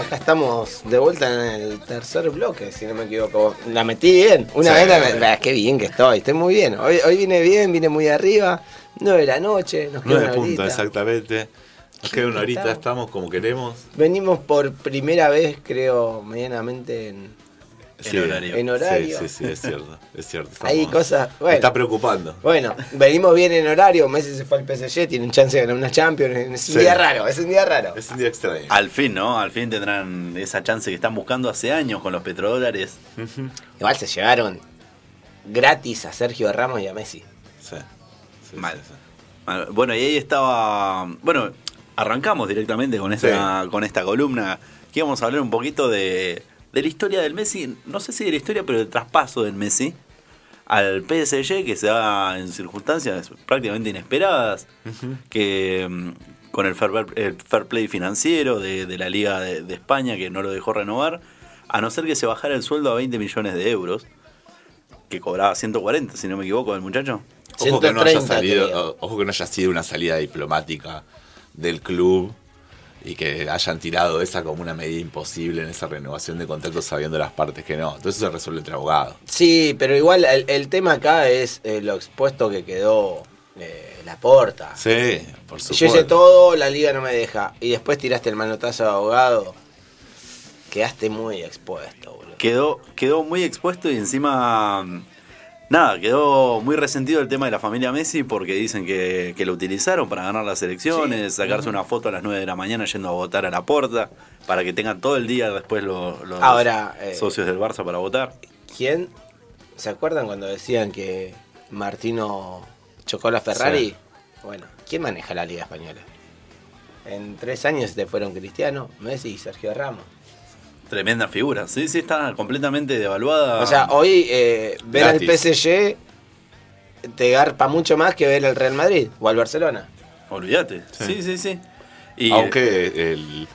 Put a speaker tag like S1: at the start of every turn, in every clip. S1: acá estamos de vuelta en el tercer bloque, si no me equivoco. La metí bien. Una
S2: Sí.
S1: vez la metí. bah, Qué bien que estoy, estoy muy bien. Hoy, hoy vine bien, vine muy arriba. 9 de la noche, nos queda
S2: 9
S1: una
S2: punto,
S1: horita.
S2: exactamente. Nos queda una horita,
S1: estamos?
S2: estamos como queremos.
S1: Venimos por primera vez, creo, medianamente en.
S3: horario.
S1: En horario.
S2: Sí, sí, sí, es cierto. Es cierto.
S1: Hay
S2: estamos-
S1: cosas-
S2: me
S1: bueno.
S2: está preocupando.
S1: Bueno, venimos bien en horario. Messi se fue al PSG, tiene chance de ganar una Champions. Es un
S2: Sí.
S1: día raro, es un día raro.
S2: Es un día extraño.
S3: Al fin, ¿no? Al fin tendrán esa chance que están buscando hace años con los petrodólares.
S1: Igual se llevaron gratis a Sergio Ramos y a Messi.
S2: Sí, sí,
S3: Mal.
S2: sí, sí.
S3: Ah, Bueno, y ahí estaba. Bueno, arrancamos directamente con esta, con esta columna. Que íbamos a hablar un poquito de, de la historia del Messi. No sé si de la historia, pero del traspaso del Messi al PSG, que se da en circunstancias prácticamente inesperadas. Que mm, con el fair, el fair play financiero de, de la Liga de, de España, que no lo dejó renovar. A no ser que se bajara el sueldo a 20 millones de euros. Que cobraba 140, si no me equivoco, el muchacho.
S2: Ojo que no haya
S1: 130 creo.
S2: salido, o- ojo que no haya sido una salida diplomática del club y que hayan tirado esa como una medida imposible en esa renovación de contrato sabiendo las partes que no. Entonces se resuelve entre abogados.
S1: Sí, pero igual el, el tema acá es eh, lo expuesto que quedó eh, la porta.
S2: Sí, por
S1: Yo
S2: supuesto.
S1: hice todo, la liga no me deja. Y después tiraste el manotazo de abogado. Quedaste muy expuesto, boludo.
S3: quedó, quedó muy expuesto y encima. mm, Nada, quedó muy resentido el tema de la familia Messi porque dicen que, que lo utilizaron para ganar las elecciones, sacarse una foto a las 9 de la mañana yendo a votar a la puerta, para que tengan todo el día después los, los
S1: Ahora, eh,
S3: socios del Barça para votar.
S1: ¿Quién? ¿Se acuerdan cuando decían que Martino chocó la Ferrari?
S2: Sí.
S1: Bueno, ¿quién maneja la Liga Española? En tres años te fueron Cristiano, Messi y Sergio Ramos.
S3: Tremenda figura, sí, sí, está completamente devaluada.
S1: O sea, hoy eh, ver al
S2: Gratis.
S1: PSG te garpa mucho más que ver al Real Madrid o al Barcelona.
S3: Olvídate, sí, sí, sí. Y,
S2: Aunque el-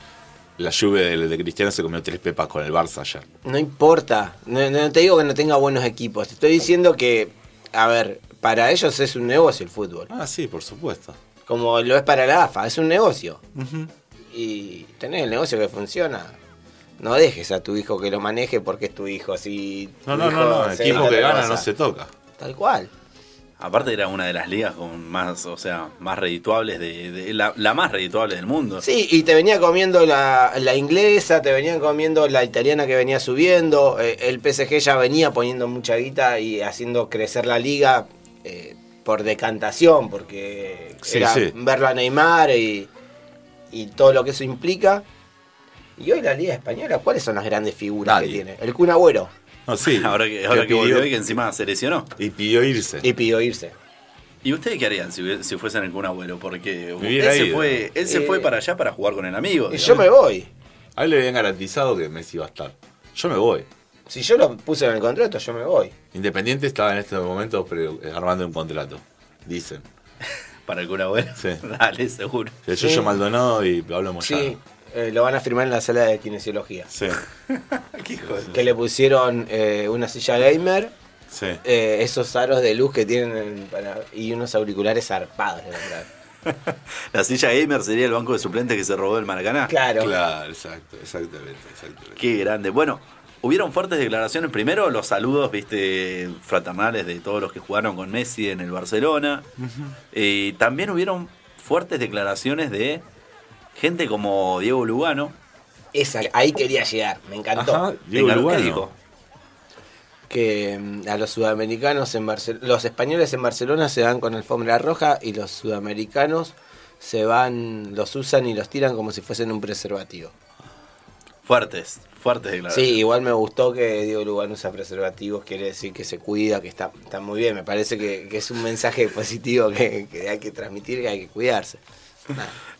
S2: la lluvia de, de Cristiano se comió tres pepas con el Barça ayer.
S1: No importa. No, no te digo que no tenga buenos equipos. Te estoy diciendo que, a ver, para ellos es un negocio el fútbol.
S2: Ah, sí, por supuesto.
S1: Como lo es para la AFA, es un negocio. Y tenés el negocio que funciona. No dejes a tu hijo que lo maneje porque es tu hijo. Si
S2: No,
S1: tu
S2: no,
S1: hijo
S2: no,
S3: Ah,
S2: no. El
S1: se
S2: equipo
S1: dedica a
S2: que
S1: otra
S2: gana
S1: cosa.
S2: no se toca.
S1: Tal cual.
S3: aparte era una de las ligas con más, o sea, más redituables de, de- la, la más redituable del mundo.
S1: Sí, y te venía comiendo la, la inglesa, te venían comiendo la italiana que venía subiendo, eh, el PSG ya venía poniendo mucha guita y haciendo crecer la liga eh, por decantación, porque
S2: Sí,
S1: era
S2: sí.
S1: verlo a Neymar y, y todo lo que eso implica. Y hoy la liga española, ¿cuáles son las grandes figuras que
S2: Nadie.
S1: tiene? El Kun Agüero,
S2: No, sí.
S3: Ahora que, ahora que
S2: pidió-
S3: volvió y que encima se lesionó.
S2: y pidió irse.
S1: y pidió irse.
S3: ¿Y ustedes qué harían si, hubiese- si fuesen el Kun Abuelo? Porque
S2: Me hubiera
S3: él se,
S2: ido.
S3: fue, él se
S1: Eh,
S3: fue para allá para jugar con el amigo.
S1: Y
S3: digamos.
S1: yo me voy.
S2: A él le habían garantizado que Messi iba a estar. Yo me voy.
S1: Si yo lo puse en el contrato, yo me voy.
S2: Independiente estaba en este momento pre- armando un contrato. Dicen.
S3: Para el Kun Abuelo.
S2: Sí.
S3: Dale, seguro.
S2: El
S1: Sí.
S2: Yoyo Maldonado y Pablo Moyano.
S1: Sí, eh, lo van a firmar en la sala de kinesiología.
S2: Sí,
S3: Qué hijo de-
S1: que le pusieron eh, una silla gamer,
S2: sí.
S1: eh, esos aros de luz que tienen en- para- y unos auriculares zarpados. la verdad.
S3: La silla gamer sería el banco de suplentes que se robó el Maracaná.
S1: Claro.
S2: Claro, exacto, exactamente, exactamente.
S3: Qué grande. Bueno, hubieron fuertes declaraciones. Primero, los saludos, viste, fraternales de todos los que jugaron con Messi en el Barcelona. Eh, también hubieron fuertes declaraciones de gente como Diego Lugano.
S1: Esa, ahí quería llegar, me encantó.
S2: Ajá. Diego
S3: Venga, ¿qué
S2: Lugano.
S3: dijo?
S1: Que mm, a los sudamericanos en Barcelona, los españoles en Barcelona se dan con alfombra roja y los sudamericanos se van, los usan y los tiran como si fuesen un preservativo.
S3: Fuertes, fuertes declaraciones.
S1: Sí, igual me gustó que Diego Lugano usa preservativos, quiere decir que se cuida, que está, está muy bien. Me parece que, que es un mensaje positivo que, que hay que transmitir, que hay que cuidarse.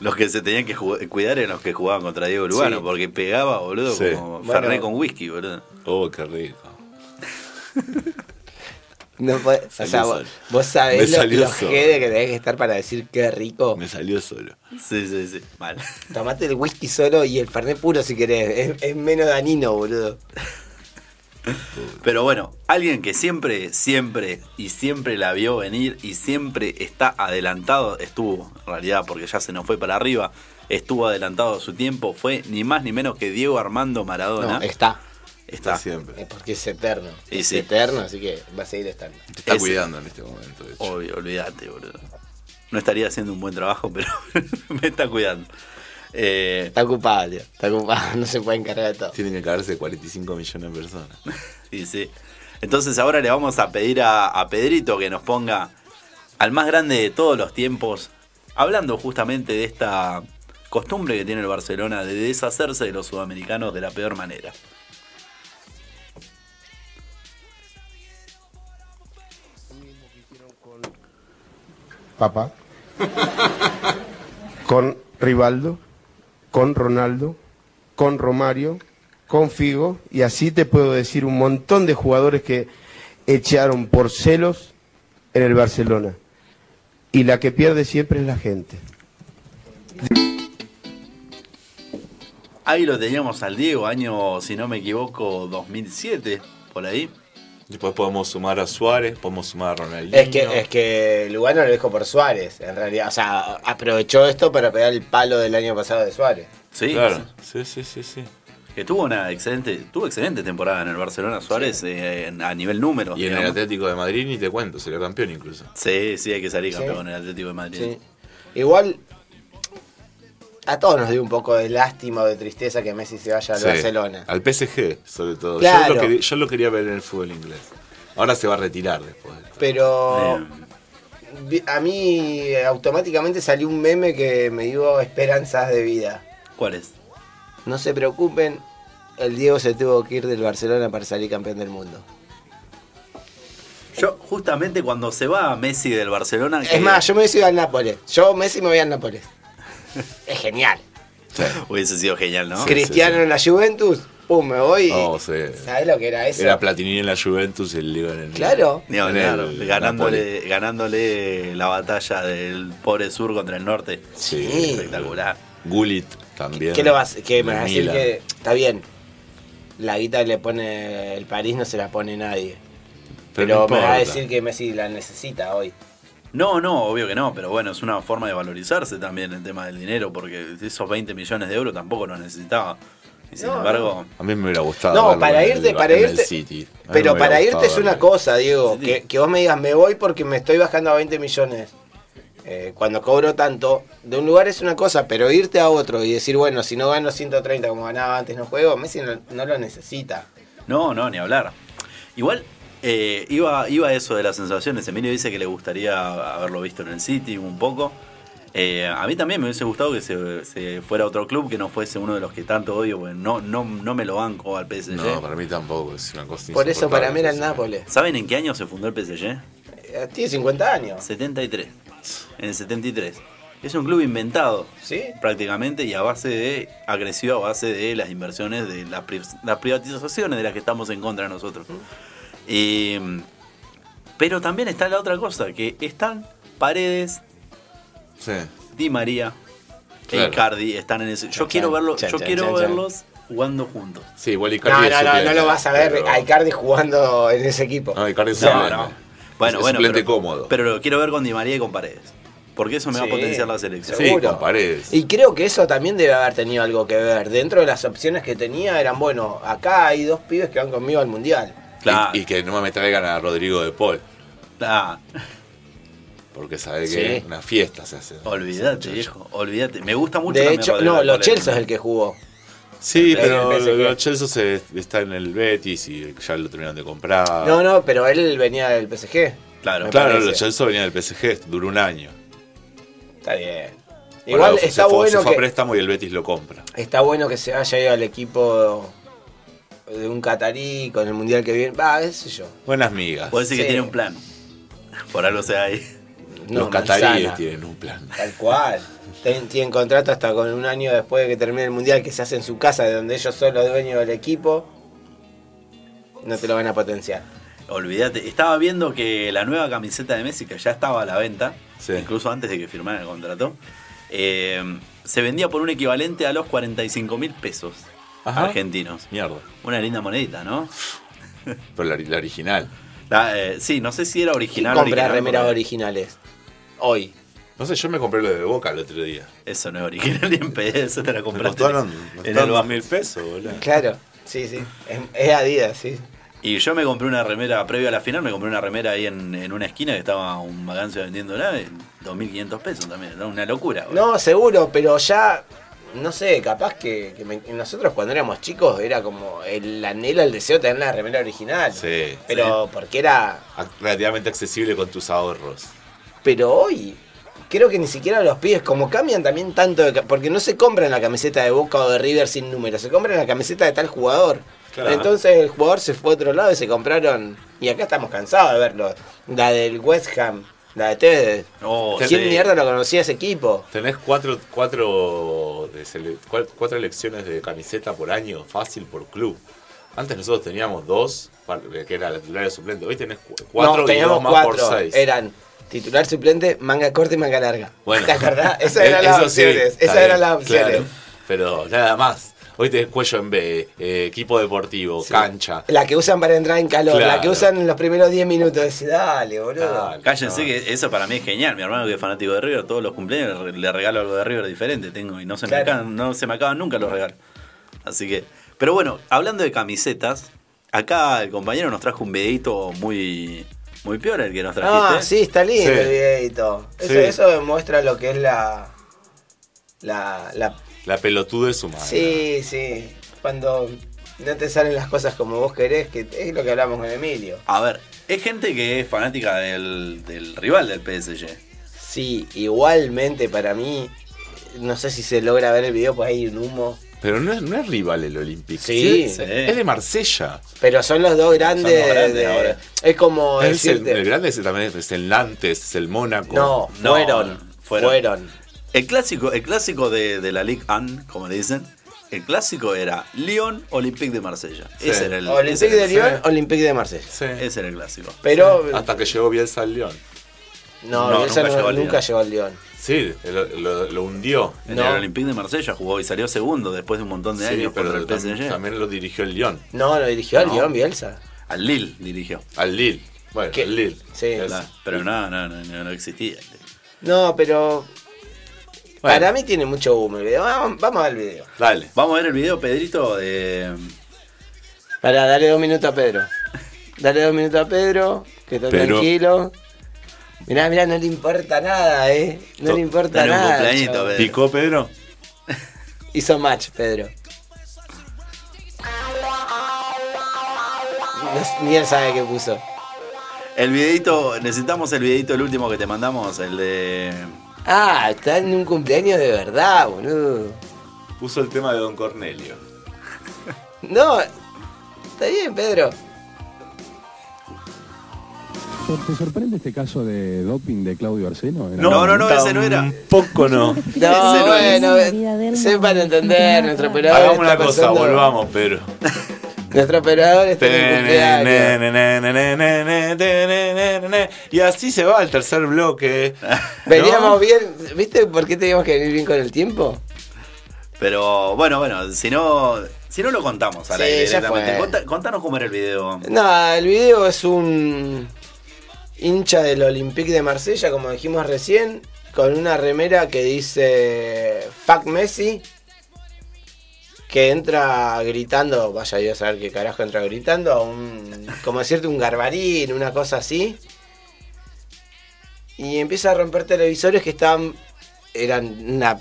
S3: Los que se tenían que ju- cuidar eran los que jugaban contra Diego Lugano,
S1: Sí.
S3: porque pegaba, boludo,
S2: Sí.
S3: como
S1: Bueno.
S3: Fernet con whisky, boludo.
S2: Oh, qué rico.
S1: No puede- o
S2: Salió
S1: sea,
S2: solo.
S1: vos, vos sabés lo,
S2: Me salió
S1: lo
S2: solo.
S1: jede que tenés que estar para decir qué rico.
S2: Me salió solo.
S3: Sí, sí, sí. Mal.
S1: Tomate el whisky solo y el fernet puro si querés. Es, es menos danino, boludo.
S3: Pero bueno, alguien que siempre, siempre y siempre la vio venir y siempre está adelantado, estuvo en realidad porque ya se nos fue para arriba, estuvo adelantado a su tiempo, fue ni más ni menos que Diego Armando Maradona.
S1: No, está.
S3: está.
S2: siempre.
S1: Eh, Porque es eterno.
S3: Sí,
S1: es
S3: sí.
S1: eterno, así que va a seguir estando.
S2: Te está
S3: Ese.
S2: cuidando en este momento. de hecho.
S3: Obvio, olvídate, boludo. No estaría haciendo un buen trabajo, pero me está cuidando. Eh,
S1: Está ocupado, tío. Está ocupado, no se puede encargar
S3: Oh.
S1: de todo.
S2: Tienen que cargarse de 45 millones de personas.
S3: Sí, sí. Entonces ahora le vamos a pedir a, a Pedrito que nos ponga al más grande de todos los tiempos, hablando justamente de esta costumbre que tiene el Barcelona de deshacerse de los sudamericanos de la peor manera.
S4: papá, con Rivaldo, con Ronaldo, con Romario, con Figo, y así te puedo decir un montón de jugadores que echaron por celos en el Barcelona. Y la que pierde siempre es la gente.
S3: Ahí lo teníamos al Diego, año, si no me equivoco, 2007, por ahí.
S2: Después podemos sumar a Suárez, podemos sumar a Ronaldinho.
S1: Es que, es que Lugano lo dijo por Suárez, en realidad. O sea, aprovechó esto para pegar el palo del año pasado de Suárez.
S3: Sí,
S2: Claro, sí, sí, sí, sí.
S3: que tuvo una excelente, tuvo excelente temporada en el Barcelona Suárez eh, en- a nivel número.
S2: Y en el
S3: digamos.
S2: Atlético de Madrid ni te cuento, salió campeón incluso.
S3: Sí, sí, hay que salir
S1: Sí.
S3: campeón en el Atlético de Madrid.
S1: Sí. Igual, a todos nos dio un poco de lástima o de tristeza que Messi se vaya al
S2: Sí,
S1: Barcelona.
S2: Al PSG, sobre todo.
S1: Claro.
S2: Yo, lo quería, yo lo quería ver en el fútbol inglés. Ahora se va a retirar después.
S1: Pero
S3: Eh,
S1: vi- a mí eh, automáticamente salió un meme que me dio esperanzas de vida.
S3: ¿Cuál es?
S1: No se preocupen, el Diego se tuvo que ir del Barcelona para salir campeón del mundo.
S3: Yo, justamente cuando se va Messi del Barcelona. que-
S1: Es más, yo me hubiese ido al Nápoles. Yo, Messi, me voy al Nápoles. Es genial.
S3: Hubiese sido genial, ¿no?
S2: Ah, Sí.
S1: Cristiano en la Juventus, pum, me voy. y-
S2: Oh, sí.
S1: ¿Sabés lo que era eso?
S2: Era Platini en la Juventus y el Liga en el
S1: Claro.
S3: Ni hablar,
S2: en el Napoli.
S3: ganándole, ganándole la batalla del pobre sur contra el norte.
S2: Sí.
S1: Sí.
S3: Espectacular.
S2: Gullit también.
S1: ¿Qué lo vas, qué me vas a
S2: Del
S1: decir
S2: Milan.
S1: que está bien? La guita que le pone el París no se la pone nadie. Pero,
S2: no
S1: me va a
S2: importa.
S1: decir que Messi la necesita hoy.
S3: No, no, obvio que no, pero bueno, es una forma de valorizarse también el tema del dinero, porque esos 20 millones de euros tampoco los necesitaba. Y sin
S1: No,
S3: embargo,
S2: A mí me hubiera gustado.
S1: No,
S2: verlo
S1: para
S2: en Ah, el-
S1: irte, para
S2: en el
S1: irte-
S2: City. A mí me
S1: Pero
S2: hubiera
S1: para
S2: gustado
S1: irte es una
S2: verlo.
S1: cosa, Diego,
S3: Sí, sí.
S1: que, que vos me digas, me voy porque me estoy bajando a 20 millones. eh, cuando cobro tanto, de un lugar es una cosa, pero irte a otro y decir, bueno, si no gano 130 como ganaba antes, no juego, Messi no, no lo necesita.
S3: no, no, ni hablar. Igual, eh, iba, iba eso de las sensaciones. Emilio dice que le gustaría haberlo visto en el City un poco. Eh, a mí también me hubiese gustado que se, se fuera a otro club que no fuese uno de los que tanto odio, porque no, no, no me lo banco al PSG.
S2: No, para mí tampoco. Es una cosa
S1: Por eso para mí era el
S2: insoportable.
S1: Nápoles.
S3: ¿Saben en qué año se fundó el PSG?
S1: Eh, Tiene 50 años,
S3: 73. En el 73. Es un club inventado,
S1: ¿sí?
S3: prácticamente, y a base de. ha crecido a base de las inversiones, de las, pri- las privatizaciones de las que estamos en contra nosotros. Y, pero también está la otra cosa, que están Paredes,
S2: Sí.
S3: Di María, e
S2: Claro.
S3: Icardi, están en ese. Yo
S1: Chan,
S3: quiero
S1: chan,
S3: verlos,
S1: chan,
S3: yo
S1: chan,
S3: quiero
S1: chan, chan.
S3: verlos jugando juntos.
S2: Sí, igual Icardi
S1: No,
S2: es
S1: no, no, no
S2: suplente,
S1: lo vas a ver
S2: pero-
S1: a Icardi jugando en ese equipo.
S2: No, Icardi es
S3: No,
S2: suplente.
S3: no. Bueno,
S2: Es
S3: bueno.
S2: suplente
S3: pero,
S2: cómodo.
S3: Pero lo quiero ver con Di María y con Paredes. Porque eso me va a
S1: Sí,
S3: potenciar la selección.
S2: Sí, con Paredes.
S1: Y creo que eso también debe haber tenido algo que ver. Dentro de las opciones que tenía eran, bueno, acá hay dos pibes que van conmigo al Mundial.
S3: Claro.
S2: Y, y que no me traigan a Rodrigo de Paul.
S3: Ah,
S2: Porque sabe que
S1: Sí.
S2: es una fiesta se hace.
S3: olvídate, viejo. Olvídate. Me gusta mucho.
S1: de
S3: también
S1: hecho,
S3: Rodrigo
S1: no, los
S3: Paul,
S1: Chelsea es el que jugó.
S2: Sí,
S1: Pero
S2: pero
S1: en el PSG.
S2: los Chelsea se- está en el Betis y ya lo terminaron de comprar.
S1: No, no, pero él venía del PSG.
S3: Claro.
S1: me
S2: claro,
S1: parece.
S2: los Chelsea venían del PSG, duró un año.
S1: Está bien.
S2: Bueno,
S1: Igual
S2: se
S1: está,
S2: fue-
S1: bueno
S2: se fue a
S1: que,
S2: préstamo y el Betis lo compra.
S1: está bueno que se haya ido al equipo de un catarí con el Mundial que viene. Va, qué sé yo.
S2: Buenas migas.
S3: Puede decir
S1: Sí.
S3: que tiene un plan. Por algo sea ahí.
S1: No,
S2: los cataríes
S1: manzana.
S2: tienen un plan.
S1: Tal cual. Ten- tienen contrato hasta con un año después de que termine el mundial que se hace en su casa, de donde ellos son los dueños del equipo. No te lo van a potenciar.
S3: Olvídate. Estaba viendo que la nueva camiseta de Messi, que ya estaba a la venta,
S2: Sí.
S3: incluso antes de que firmara el contrato, eh, se vendía por un equivalente a los 45 mil pesos
S2: Ajá.
S3: argentinos.
S2: Mierda.
S3: Una linda monedita, ¿no?
S2: Pero la, ori- la original.
S3: La, eh, sí, no sé si era
S1: ¿Quién
S3: original.
S1: compra
S3: original,
S1: remeras
S3: porque-
S1: originales? Hoy.
S2: No sé, yo me compré lo de Boca el otro día.
S3: Eso no es original ni en peso, te la
S2: Me
S3: compraste.
S2: costaron,
S3: en el
S2: dos
S3: Bambi.
S2: mil pesos, boludo.
S1: Claro, sí, sí. Es, es Adidas, sí.
S3: Y yo me compré una remera, previo a la final, me compré una remera ahí en, en una esquina que estaba un vacancio vendiendo una, 2.500 pesos también, era una locura. boludo.
S1: No, seguro, pero ya. No sé, capaz que, que me- nosotros cuando éramos chicos era como el anhelo, el deseo de tener la remera original.
S2: Sí,
S1: Pero porque era.
S2: Ac- Relativamente accesible con tus ahorros.
S1: Pero hoy. Creo que ni siquiera los pibes, como cambian también tanto, de ca- porque no se compran la camiseta de Boca o de River sin número, se compran la camiseta de tal jugador.
S2: Claro.
S1: Entonces el jugador se fue a otro lado y se compraron, y acá estamos cansados de verlo, la del West Ham, la de Tevez.
S3: Oh,
S1: ¿Quién
S3: sí.
S1: mierda lo conocía ese equipo?
S2: Tenés cuatro, cuatro, de sele- cua- cuatro elecciones de camiseta por año, fácil por club. Antes nosotros teníamos dos, par- eh, que era la titular y el suplente. Hoy tenés cu- cuatro y dos más por seis.
S1: Eran titular suplente, manga corta y manga larga.
S2: Bueno.
S1: ¿Te acordás? Esas
S2: Eh,
S1: eran las
S2: eso sí,
S1: opciones.
S2: está
S1: esas eran
S2: bien,
S1: las opciones.
S2: claro. Pero nada más. Hoy tenés cuello en B, eh, equipo deportivo,
S1: Sí.
S2: cancha.
S1: La que usan para entrar en calor, la que
S2: Claro.
S1: usan en los primeros 10 minutos. Decís, dale, boludo.
S2: Dale.
S3: Cállense, que eso para mí es genial. Mi hermano que es fanático de River, todos los cumpleaños re- le regalo algo de River diferente tengo y no se,
S1: Claro.
S3: me, acaban, no se me acaban nunca los regalos. Así que, pero bueno, hablando de camisetas, acá el compañero nos trajo un videito muy, muy peor el que nos trajiste.
S1: Ah, sí, está lindo
S2: Sí.
S1: el videito. Eso,
S2: Sí.
S1: eso demuestra lo que es la. La. la
S2: La pelotudez humana.
S1: sí, sí. Cuando no te salen las cosas como vos querés, que es lo que hablamos con Emilio.
S3: A ver, es gente que es fanática del, del rival del PSG.
S1: Sí, igualmente para mí. No sé si se logra ver el video, pues hay un humo.
S2: Pero no es, no es rival el Olympique.
S1: Sí.
S2: Es- Es de Marsella.
S1: Pero son los dos grandes.
S3: Son los grandes
S1: de-
S3: ahora.
S1: Es como
S2: Es el,
S1: decirte.
S2: el grande es, también es, es el Nantes, es el Mónaco.
S1: No,
S3: No,
S1: fueron,
S3: fueron.
S1: fueron.
S3: El clásico, el clásico de, de la Ligue 1, como le dicen, el clásico era Lyon Olympique de Marsella.
S2: Sí.
S3: Ese era el ese
S1: Olympique
S3: era
S1: de
S3: el-
S1: Lyon, Olympique de Marsella.
S2: Sí.
S3: Ese era el clásico.
S1: Pero
S2: Hasta que llegó Bielsa al León.
S1: no,
S3: No,
S1: Bielsa
S3: nunca
S1: no-
S3: llegó al
S1: nunca
S3: Lyon.
S1: llegó al Lyon.
S2: Sí, lo, lo- lo hundió.
S3: En
S1: No.
S3: el Olympique de Marsella jugó y salió segundo después de un montón de
S2: Sí,
S3: años
S2: pero
S3: contra el
S2: tam-
S3: PSG.
S2: también, lo dirigió el León.
S1: No, lo dirigió al
S3: No.
S1: Lyon Bielsa.
S3: Al Lille dirigió.
S2: Al Lille. Bueno,
S1: ¿Qué?
S2: al Lille.
S1: Sí.
S2: Es-
S3: La- pero no, no, no, no, no existía.
S1: No, pero
S2: Bueno,
S1: para mí tiene mucho humo el video. Vamos, vamos al video.
S2: Dale.
S3: Vamos a ver el video, Pedrito, de...
S1: Para, dale dos minutos a Pedro. Dale dos minutos a Pedro, que está
S2: Pedro.
S1: tranquilo. Mirá, mirá, no le importa nada, eh. No
S2: To-
S1: le importa
S3: dale un
S1: nada.
S3: cumpleañito,
S1: chabón.
S3: Pedro.
S2: ¿Picó Pedro?
S1: Hizo match, Pedro. No- ni él sabe qué puso.
S3: El videito, necesitamos el videito, el último que te mandamos, el de...
S1: Ah, está en un cumpleaños de verdad, boludo.
S2: Puso el tema de Don Cornelio.
S1: No, está bien, Pedro.
S5: ¿Te sorprende este caso de doping de Claudio Arseno?
S3: No, no, no, ese no era.
S2: Poco no.
S1: No,
S3: Ese
S1: bueno,
S3: no es.
S6: Es la vida de él,
S1: sepan
S6: no.
S1: entender, nuestro
S6: Hagamos
S1: operador.
S2: Hagamos una
S1: está
S2: cosa,
S1: pasando-
S2: volvamos, Pedro.
S1: Nuestro operador está en el cumpleaños.
S2: Y así se va el tercer bloque.
S1: Veníamos
S2: ¿No?
S1: bien, ¿viste por qué teníamos que venir bien con el tiempo?
S3: Pero bueno, bueno, si no, si no lo contamos al
S1: Sí,
S3: aire
S1: ya
S3: directamente.
S1: fue.
S3: Conta- contanos cómo era el video.
S1: No, el video es un hincha del Olympique de Marsella, como dijimos recién, con una remera que dice Fuck Messi, que entra gritando, vaya Dios a saber qué carajo entra gritando, a un, como decirte un garbarín, una cosa así. Y empieza a romper televisores que estaban, eran una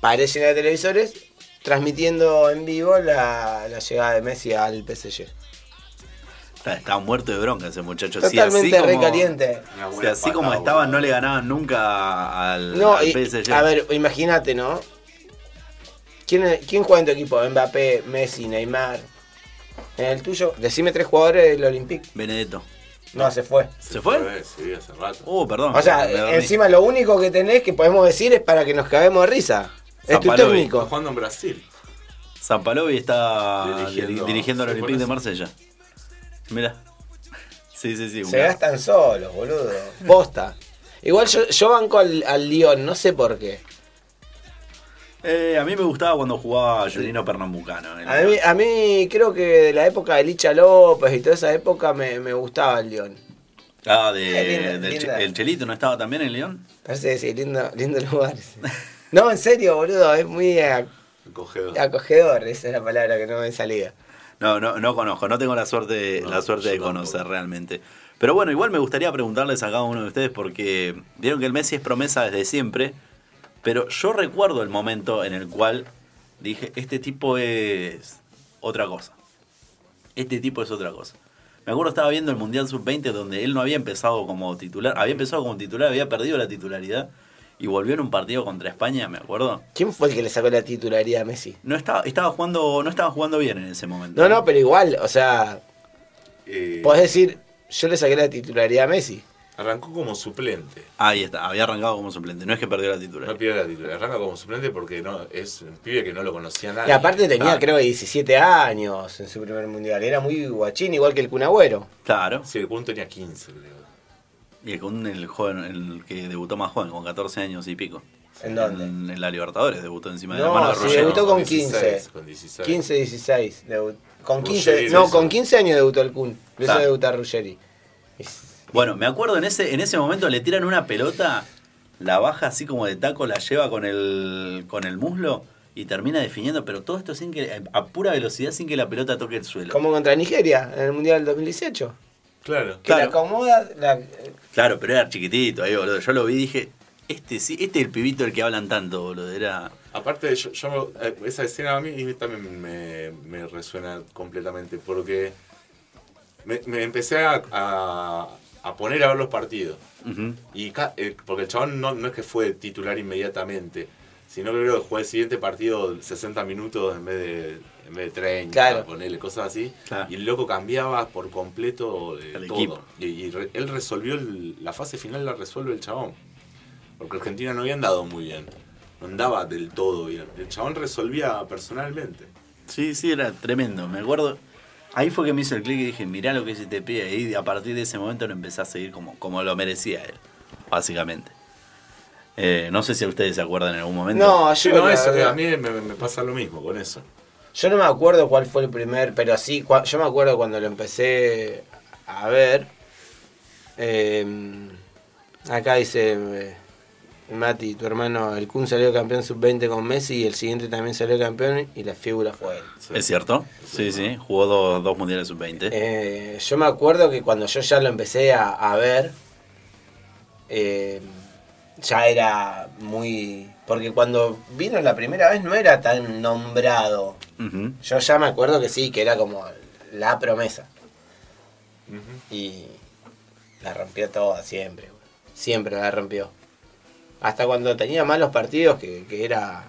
S1: pared llena de televisores, transmitiendo en vivo la, la llegada de Messi al PSG.
S3: Está- Estaba muerto de bronca ese muchacho. Si
S1: Totalmente
S3: así como-
S1: recaliente.
S3: si así como estaban, no le ganaban nunca al,
S1: No,
S3: al
S1: y-
S3: PSG.
S1: a ver, imagínate, ¿no? ¿Quién, ¿Quién juega en tu equipo? Mbappé, Messi, Neymar. En el tuyo, decime tres jugadores del Olympique.
S3: Benedetto.
S1: No, se fue.
S3: ¿Se fue?
S2: Sí, hace rato.
S3: Oh, perdón.
S1: O sea,
S3: me dormí.
S1: encima lo único que tenés que podemos decir es para que nos caguemos de risa. Es tu
S3: Sampaoli.
S2: Está
S1: técnico.
S2: jugando en Brasil.
S3: Zampalovi está dirigiendo,
S2: Dirigiendo-
S3: dirigiendo al
S2: sí,
S3: Olympique de
S2: por
S3: Marsella. Mirá. Sí, sí, sí.
S1: Se
S3: mirá.
S1: gastan solos, boludo. Posta. Igual yo, yo banco al, al Lyon, no sé por qué.
S3: Eh, a mí me gustaba cuando jugaba Jolino Pernambucano. en la-
S1: A mí, a mí creo que de la época de Licha López y toda esa época me, me gustaba el León.
S3: Ah, de,
S1: Eh, linda,
S3: del
S1: linda.
S3: Che- ¿El Chelito no estaba también en León?
S1: Parece sí, lindo, lindo lugar. ese. No, en serio, boludo, es muy eh,
S2: Cogedor.
S1: acogedor, esa es la palabra que no me salía.
S3: No, no, no conozco, no tengo la suerte,
S2: No,
S3: la suerte
S2: yo
S3: de
S2: tampoco.
S3: conocer realmente. Pero bueno, igual me gustaría preguntarles a cada uno de ustedes porque vieron que el Messi es promesa desde siempre, pero yo recuerdo el momento en el cual dije, este tipo es otra cosa. Este tipo es otra cosa. Me acuerdo estaba viendo el Mundial Sub-20 donde él no había empezado como titular, había empezado como titular, había perdido la titularidad y volvió en un partido contra España, me acuerdo.
S1: ¿Quién fue el que le sacó la titularidad a Messi?
S3: No estaba, estaba jugando, no estaba jugando bien en ese momento.
S1: No, no, pero igual, o sea,
S2: Eh,
S1: podés decir, yo le saqué la titularidad a Messi.
S2: arrancó como suplente.
S3: Ahí está, había arrancado como suplente. No es que perdió la
S2: No
S3: titular.
S2: pierde la titular. Arranca como suplente porque no es un pibe que no lo conocía nadie.
S1: Y aparte tenía,
S2: Ah.
S1: creo,
S3: Claro.
S1: 17 años en su primer mundial. Era muy guachín, igual que el Cunagüero.
S3: Claro.
S2: Sí, el Kun tenía 15, creo.
S3: Y el, con el joven, el que debutó más joven, con 14 años y pico.
S1: ¿En dónde?
S3: En, en la Libertadores, debutó encima de la mano
S1: No,
S3: de
S1: sí,
S3: Rogero.
S1: debutó
S2: con
S1: con
S2: 16,
S1: 15.
S2: con 16.
S1: 15, 16. debu- Con
S2: Ruggeri
S1: 15,
S2: lo
S1: no,
S2: hizo.
S1: con 15 años debutó el Kun. Lo hizo
S3: Claro.
S1: debutar Ruggeri. Es-
S3: Bueno, me acuerdo en ese, en ese momento le tiran una pelota, la baja así como de taco, la lleva con el, con el muslo y termina definiendo, pero todo esto sin que, a pura velocidad sin que la pelota toque el suelo.
S1: Como contra Nigeria en el Mundial del 2018.
S2: Claro.
S1: Que la
S3: Claro.
S1: acomoda, la-
S3: Claro, pero era chiquitito ahí, boludo. Yo lo vi y dije, este sí, este es el pibito del que hablan tanto, boludo. Era.
S2: Aparte, yo, yo- eh, esa escena a mí también me, me resuena completamente porque me, me empecé a, a- a poner a ver los partidos.
S3: Ujú.
S2: Y ca- eh, porque el chabón no, no es que fue titular inmediatamente, sino que creo que jugó el siguiente partido 60 minutos en vez de, en vez de 30,
S1: Claro.
S2: ponerle cosas así.
S3: Claro.
S2: Y el loco cambiaba por completo eh,
S3: El
S2: todo.
S3: equipo.
S2: Y, y re- él resolvió, el- la fase final la resuelve el chabón. Porque Argentina no había andado muy bien. No andaba del todo bien. El chabón resolvía personalmente.
S3: Sí, sí, era tremendo. Me acuerdo. Ahí fue que me hizo el clic y dije, mirá lo que se te pide. Y a partir de ese momento lo empecé a seguir como, como lo merecía él, básicamente. Eh, no sé si ustedes se acuerdan en algún momento.
S1: No, yo
S2: Sí, no,
S1: la
S2: eso,
S1: verdad-
S2: a mí me, me pasa lo mismo con eso.
S1: Yo no me acuerdo cuál fue el primer, pero sí, cua- yo me acuerdo cuando lo empecé a ver. eh, acá dice eh, Mati, tu hermano, el Kun salió campeón sub-20 con Messi y el siguiente también salió campeón y la figura fue él.
S3: ¿Es cierto? Sí, sí. Jugó dos, dos mundiales sub-20.
S1: Eh, yo me acuerdo que cuando yo ya lo empecé a, a ver, eh, ya era muy... Porque cuando vino la primera vez no era tan nombrado.
S3: Ujú.
S1: Yo ya me acuerdo que sí, que era como la promesa. Y la rompió toda siempre. güey. Siempre la rompió. Hasta cuando tenía malos partidos, que, que era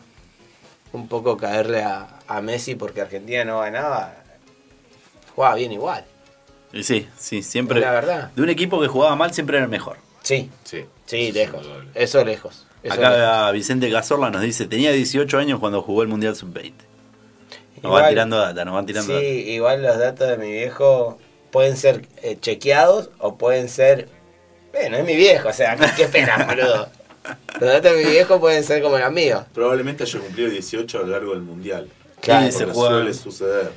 S1: un poco caerle a, a Messi porque Argentina no ganaba, jugaba bien igual.
S3: Y sí, sí, siempre.
S1: La verdad.
S3: De un equipo que jugaba mal siempre era el mejor.
S1: Sí,
S2: Sí,
S1: sí,
S2: Eso es
S1: lejos.
S2: indudable.
S1: Eso lejos. Eso lejos.
S3: Acá Vicente Cazorla nos dice, tenía 18 años cuando jugó el mundial sub-20. Nos van
S1: Igual-
S3: tirando data, nos van tirando
S1: Sí,
S3: data.
S1: igual los datos de mi viejo pueden ser eh, chequeados o pueden ser. Bueno, es mi viejo, o sea, qué pena, boludo. Los datos de mi viejo pueden ser como los míos.
S2: Probablemente haya cumplido 18 a lo largo del mundial.
S1: Claro.
S2: Porque
S3: se juega-
S2: suele suceder.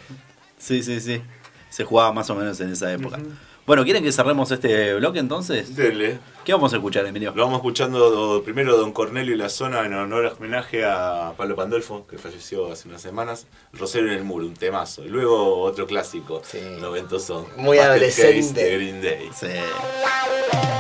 S3: Sí, sí, sí. Se jugaba más o menos en esa época. Bueno, ¿quieren que cerremos este bloque entonces?
S2: Dele.
S3: ¿Qué vamos a escuchar, Emilio?
S2: Lo vamos escuchando do- primero Don Cornelio y la zona en honor a homenaje a Pablo Pandolfo, que falleció hace unas semanas. Rosario en el muro, un temazo. Y luego otro clásico,
S1: Sí.
S2: noventoso.
S1: Muy
S2: Basket Case
S1: adolescente.
S2: de Green Day.
S3: Sí.
S6: Thank